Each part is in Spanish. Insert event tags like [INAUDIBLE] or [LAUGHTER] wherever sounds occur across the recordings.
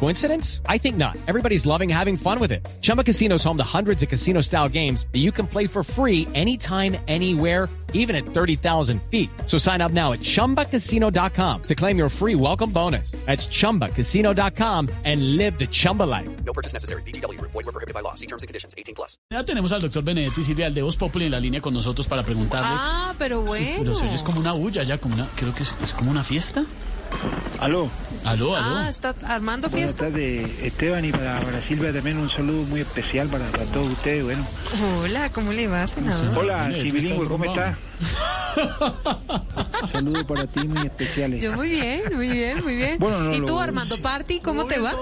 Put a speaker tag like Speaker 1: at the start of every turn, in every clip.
Speaker 1: Coincidence? I think not. Everybody's loving having fun with it. Chumba Casino is home to hundreds of casino style games that you can play for free anytime, anywhere even at 30,000 feet. So sign up now at ChumbaCasino.com to claim your free welcome bonus. That's ChumbaCasino.com and live the Chumba life.
Speaker 2: No purchase necessary. BGW. Void were prohibited by law. See terms and conditions. 18 plus.
Speaker 3: Ya tenemos al doctor Benedetti Silvia, al de Voz Populi, en la línea con nosotros para preguntarle.
Speaker 4: Ah, pero bueno.
Speaker 3: Pero se oye, es como una bulla ya, como una, creo que es, es como una fiesta.
Speaker 5: Aló,
Speaker 3: Aló, aló.
Speaker 4: Ah, está armando
Speaker 5: buenas
Speaker 4: fiesta.
Speaker 5: tardes Esteban y para, para Silvia también un saludo muy especial para, para todos ustedes. Bueno,
Speaker 4: Hola, ¿cómo le va, senador?
Speaker 5: hola,
Speaker 3: Benedetti,
Speaker 5: Cibilingüe,
Speaker 3: está
Speaker 5: ¿cómo
Speaker 3: enrumbado.
Speaker 5: estás? Saludos para ti muy especiales.
Speaker 4: Yo muy bien, muy bien, muy bien.
Speaker 5: Bueno, no,
Speaker 4: ¿Y
Speaker 5: lo-
Speaker 4: tú, Armando Party, cómo te va?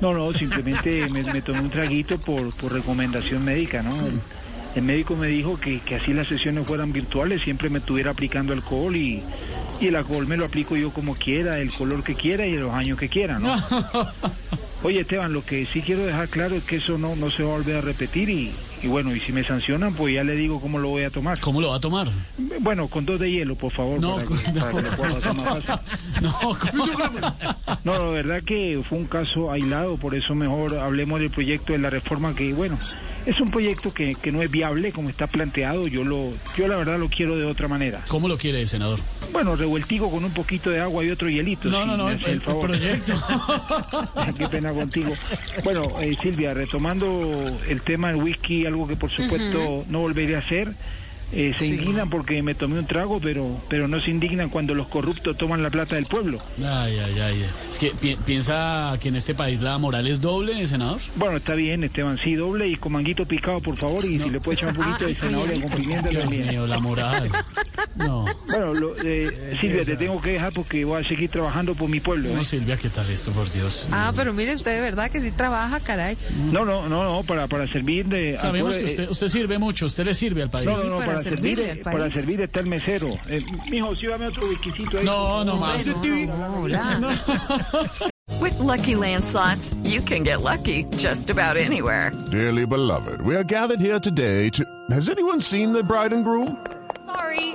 Speaker 5: No,
Speaker 3: [LAUGHS]
Speaker 5: no, simplemente me, me tomé un traguito por, por recomendación médica,
Speaker 3: Mm.
Speaker 5: ¿no? El, el médico me dijo que, que así las sesiones fueran virtuales, siempre me estuviera aplicando alcohol y, y el alcohol me lo aplico yo como quiera, el color que quiera y los años que quiera,
Speaker 3: [LAUGHS]
Speaker 5: ¿no? Oye, Esteban, lo que sí quiero dejar claro es que eso no, no se va a volver a repetir y, y bueno, y si me sancionan, pues ya le digo cómo lo voy a tomar.
Speaker 3: ¿Cómo lo va a tomar?
Speaker 5: Bueno, con dos de hielo, por favor,
Speaker 3: No,
Speaker 5: para, que-
Speaker 3: con-
Speaker 5: para que lo
Speaker 3: [LAUGHS]
Speaker 5: pueda hacer más fácil.
Speaker 3: No, ¿cómo?
Speaker 5: No, la verdad que fue un caso aislado, por eso mejor hablemos del proyecto de la reforma que, bueno, es un proyecto que, que no es viable como está planteado, yo lo, yo la verdad lo quiero de otra manera.
Speaker 3: ¿Cómo lo quiere, senador?
Speaker 5: Bueno, revueltico con un poquito de agua y otro hielito.
Speaker 3: No,
Speaker 5: si
Speaker 3: no, no,
Speaker 5: me
Speaker 3: el,
Speaker 5: hace el
Speaker 3: el
Speaker 5: favor. [LAUGHS]
Speaker 3: proyecto.
Speaker 5: Qué pena contigo. Bueno, eh, Silvia, retomando el tema del whisky, algo que por supuesto no volveré a hacer. eh, se
Speaker 4: Sí.
Speaker 5: indignan porque me tomé un trago, pero, pero no se indignan cuando los corruptos toman la plata del pueblo.
Speaker 3: Ay, ay, ay. Es que pi- piensa que en este país la moral es doble, senador.
Speaker 5: Bueno, está bien, Esteban, sí, doble y con manguito picado, por favor, y si le puede echar un poquito
Speaker 4: Ah,
Speaker 5: de zanahoria con pimienta
Speaker 3: Dios
Speaker 5: también.
Speaker 3: mío, la moral. No.
Speaker 5: Bueno, lo, eh, Silvia, te tengo que dejar porque voy a seguir trabajando por mi pueblo. ¿eh?
Speaker 3: No, Silvia, ¿qué tal esto, por Dios?
Speaker 4: Ah, pero mire, usted de verdad que sí trabaja, caray.
Speaker 5: No, no, no, no, para, para servir de...
Speaker 3: Sabemos
Speaker 5: al
Speaker 3: que
Speaker 5: pueblo, eh,
Speaker 3: usted, usted sirve mucho, usted le sirve al país.
Speaker 5: No, no, no,
Speaker 4: para
Speaker 5: para,
Speaker 4: servirle
Speaker 5: servir,
Speaker 4: al
Speaker 5: eh, para
Speaker 4: país.
Speaker 5: servir está el mesero. Eh, mijo, sí, dame otro whiskycito ahí.
Speaker 3: No, no más.
Speaker 4: Hombre, no, no, hola.
Speaker 6: With Lucky Land slots, you can get lucky just about anywhere.
Speaker 7: Dearly beloved, we are gathered here today to. Has anyone seen the bride and groom?
Speaker 8: Sorry,